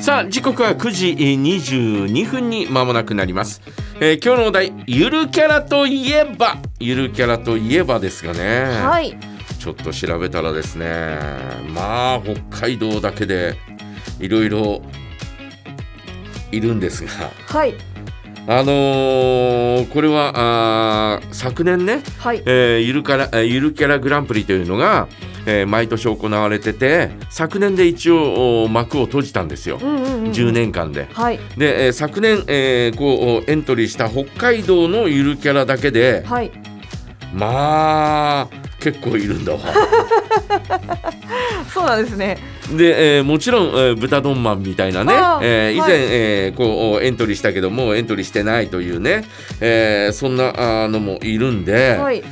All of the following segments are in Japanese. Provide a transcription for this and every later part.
さあ時刻は9時えー22分に間もなくなります、えー今日のお題ゆるキャラといえばゆるキャラといえばですがね、はい。ちょっと調べたらですねまあ北海道だけでいろいろいるんですがはい。あのーこれはあー昨年ね、はい。えーゆるからえーゆるキャラグランプリというのが、えー毎年行われてて昨年で一応お幕を閉じたんですよ、うんうんうん。 10。年間で。はい。で、えー昨年、えーこうエントリーした北海道のゆるキャラだけではい。まあ結構いるんだわ。 そうなんですね。で、えーもちろん、えー豚丼マンみたいなねあ、ーえー以前、はいえーこうエントリーしたけどもうエントリーしてないというね、えーそんなあーのもいるんで、はい。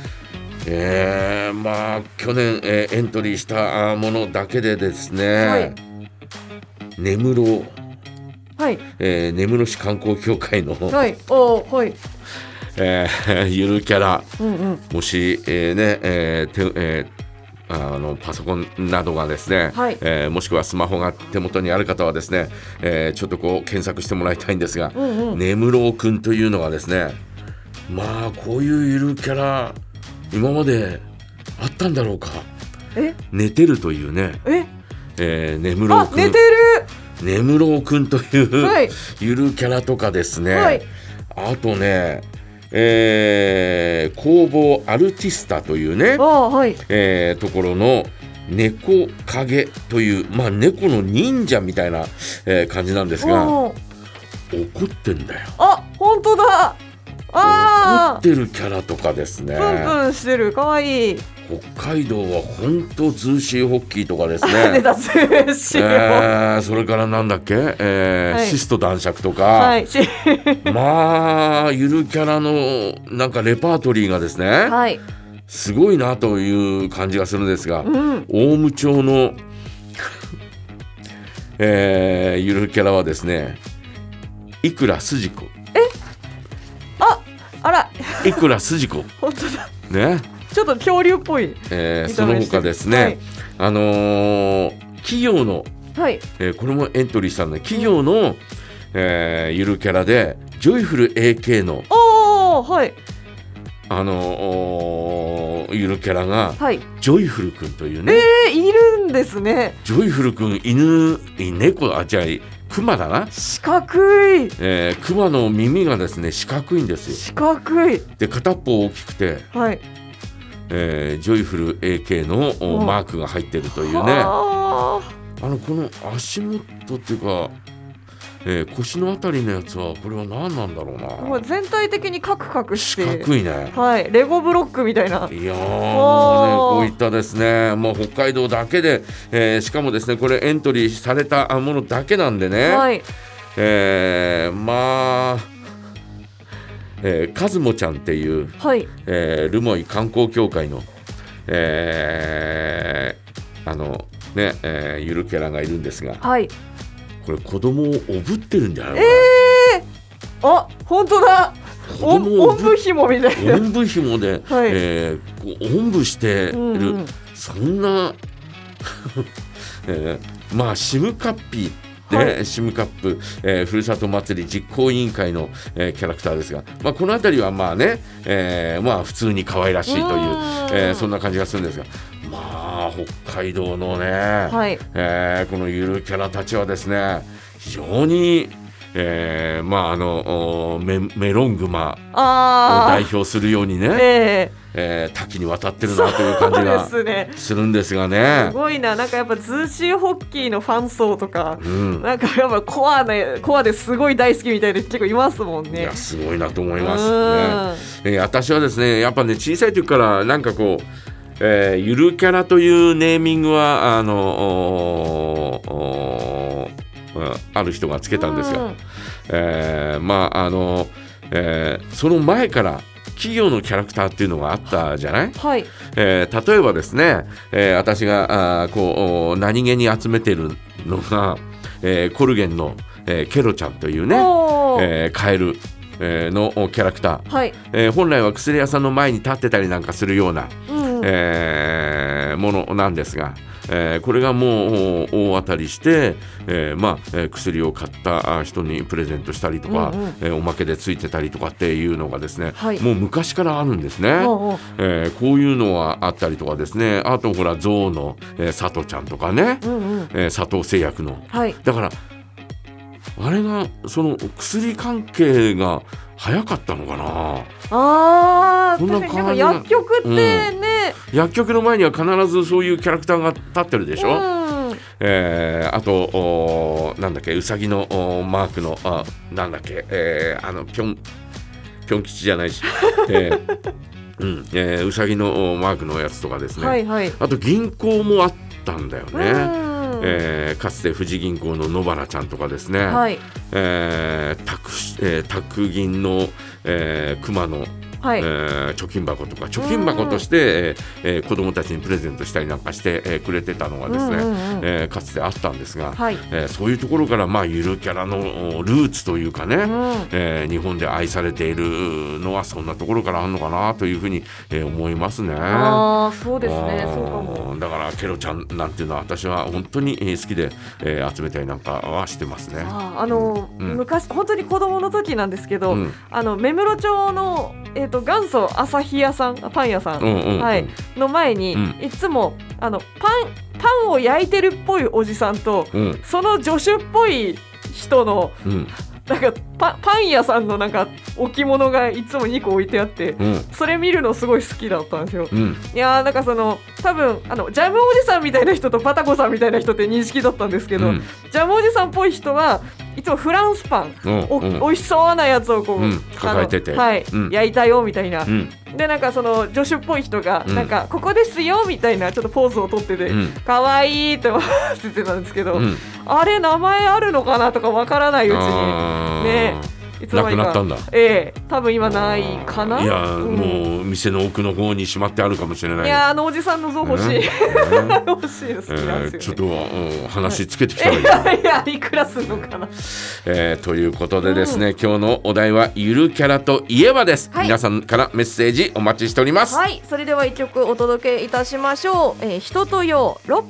えーまあ去年、えーエントリーしたあーものだけでですはねい根室、はい。えー根室市観光協会の、はい。おーはい。えー ゆるキャラうんうん。もし、えーねえーてえーあのパソコンなどがですね、はいえーもしくはスマホが手元にある方はですね、えーちょっとこう検索してもらいたいんですがうんうん。根室くんというのがですねまあこういうゆるキャラ今まであったんだろうかえ寝てるというね、ええー、根室あく寝んて根室くんという、る。はい。ゆるキャラとかですね、はいあとね、えー工房アルティスタというねあ、ーはい。えーところの猫影という、まあ、猫の忍者みたいな、えー感じなんですがおー怒ってんだよあ本当だ。怒あっーてるキャラとかですねプンプンしてる。可愛 い。北海道はほんとズーシーホッキーとか です出ね。たスーシえーを。ーそれからなんだっけ、えーはいシスト男爵とか、はい。しまあゆるキャラのなんかレパートリーがですね、はい。すごいなという感じがするんですが、うん。オウム町の、えーゆるキャラはですねいくらすじこああらいくらすじこ本当だ。ね、ちょっと恐竜っぽい。えーその他ですね、はいあのー企業の、はい。えーこれもエントリーしたんで企業の、えーゆるキャラでジョイフル AK の、おーはいあのーゆるキャラがはい。ジョイフルくんというね、えいるんですね。ジョイフル君犬猫あ違うクマだな、四角いえー、クマの耳がですね四角いんですよ四角いで片っぽ大きくて、はい。えージョイフル AK のおうんマークが入ってるというねああのこの足元っていうか、えー腰のあたりのやつはこれは何なんだろうーもうな全体的にカクカクし四て。角いねはい、レゴブロックみたいな。いやーおもーうねこういったですねもう北海道だけで、えーしかもですねこれエントリーされたものだけなんでね、はい、えー、まあ、えー、カズモちゃんっていう、はい、えールモイ観光協会の、えーあのね、えーゆるキャラがいるんですが、はい。これ子供をおぶってるんじゃないええー、あ、本当だ。子お供をん、おおんぶぶ紐みたいおな。んぶひもで、 はいえーこうおんぶしてる、うんうんそんな、 えーまあシムカッピーで、はシムカップ、えーふるさと祭り実行委員会の、えーキャラクターですが、まあ、この辺りはまあね、えーまあ普通に可愛らしいといううんえーそんな感じがするんですがまあ北海道のね、はい、えーこのゆるキャラたちはですね非常に、えーまああのおメメロングマを代ああ、表するようにね、ええー多岐にわたってるなという感えじー、がそうですね。するんですがねす。ごいな、なんかやっぱズーシーホッキーのファン層とか。うん、なんかやっぱコアね、コアですごい大好きみたいで結構いますもんいねや。すごいなと思ういんます、ねえー私はですねやっぱね小さい時からなんかこう、えーゆるキャラというネーミングはあのおーおーうんある人がつけたんですうがん、えーまああの、えーその前から企業のキャラクターっていうのがあったじゃない、はい、えー例えばですね、えー私があーこうお何気に集めてるのが、えーコルゲンの、えーケロちゃんというね、おーえーカエル、えーのキャラクター、はい、えー本来は薬屋さんの前に立ってたりなんかするような、うん、えーものなんですが、えーこれがもうお大当たりして、えーまあえー薬を買ったあ人にプレゼントしたりとか、うんうんえーおまけでついてたりとかっていうのがですね、はいもう昔からあるんですね。おうおうえーこういうのはあったりとかですねあとほら象の、えー、佐藤ちゃんとかね、うんうん。えー佐藤製薬のはい。だからあれがその薬関係が早かったのかなああ、そんな確かになん感じなか薬局ってね、薬局の前には必ずそういうキャラクターが立ってるでしょ、うんえーあとおーなんだっけうさぎのおーマークのあなんだっけ、えーあのぴょんぴょん吉じゃないし、えーうんえーうさぎのおーマークのやつとかですね、はいはい。あと銀行もあったんだようね。んえーかつて富士銀行の野原ちゃんとかですね、はいえー宅えー宅銀の、えー熊の、はいえ。ー貯金箱とか貯金箱として、えーえー子どもたちにプレゼントしたりなんかして、えーくれてたのがですね、うんうんうんえーかつてあったんですが、はい。えーそういうところから、まあ、ゆるキャラのおルーツというかね、うんえー日本で愛されているのはそんなところからあるのかなというふうに、えー思いますね。ああ、そうですね。あーそうかも。だからケロちゃんなんていうのは私は本当にえー好きで、えー集めたりなんかはしてますね。あーあの、うん昔本当に子供の時なんですけど、うんあの目室町のえっ、と元祖朝日屋さんあパン屋さん、うんうんうんはいの前に、うんいつもあのパンパンを焼いてるっぽいおじさんとうんその助手っぽい人のうんなんかパパン屋さんのなんか置物がいつも2個置いてあって。うんそれ見るのすごい好きだったんですよ。うんいやーなんかその多分あのジャムおじさんみたいな人とパタコさんみたいな人って認識だったんですけど、うんジャムおじさんっぽい人はいつもフランスパンうんお、うん美味しそうなやつをこう、うんあの抱えててはいうん焼いたよみたいな、うんでなんかその助手っぽい人が、うんなんかここですよみたいなちょっとポーズをとってて、うんかわいいって思っててたんですけど、うんあれ名前あるのかなとかわからないうちにあーねいつの間になかくなったんだええ多分今ないかないいや、うんもう店の奥の方にしまってあるかもしれないいやーあのおじさんの像欲しい、ね え欲しいの好きなんーですちょよ、っねとうん話つけてきたらいいいなやいやいくらすんのかなえーということでですね、今日のお題は「ゆるキャラといえば」です、はい皆さんからメッセージお待ちしております、はいそれでは一曲お届けいたしましょう「えー、人とよう六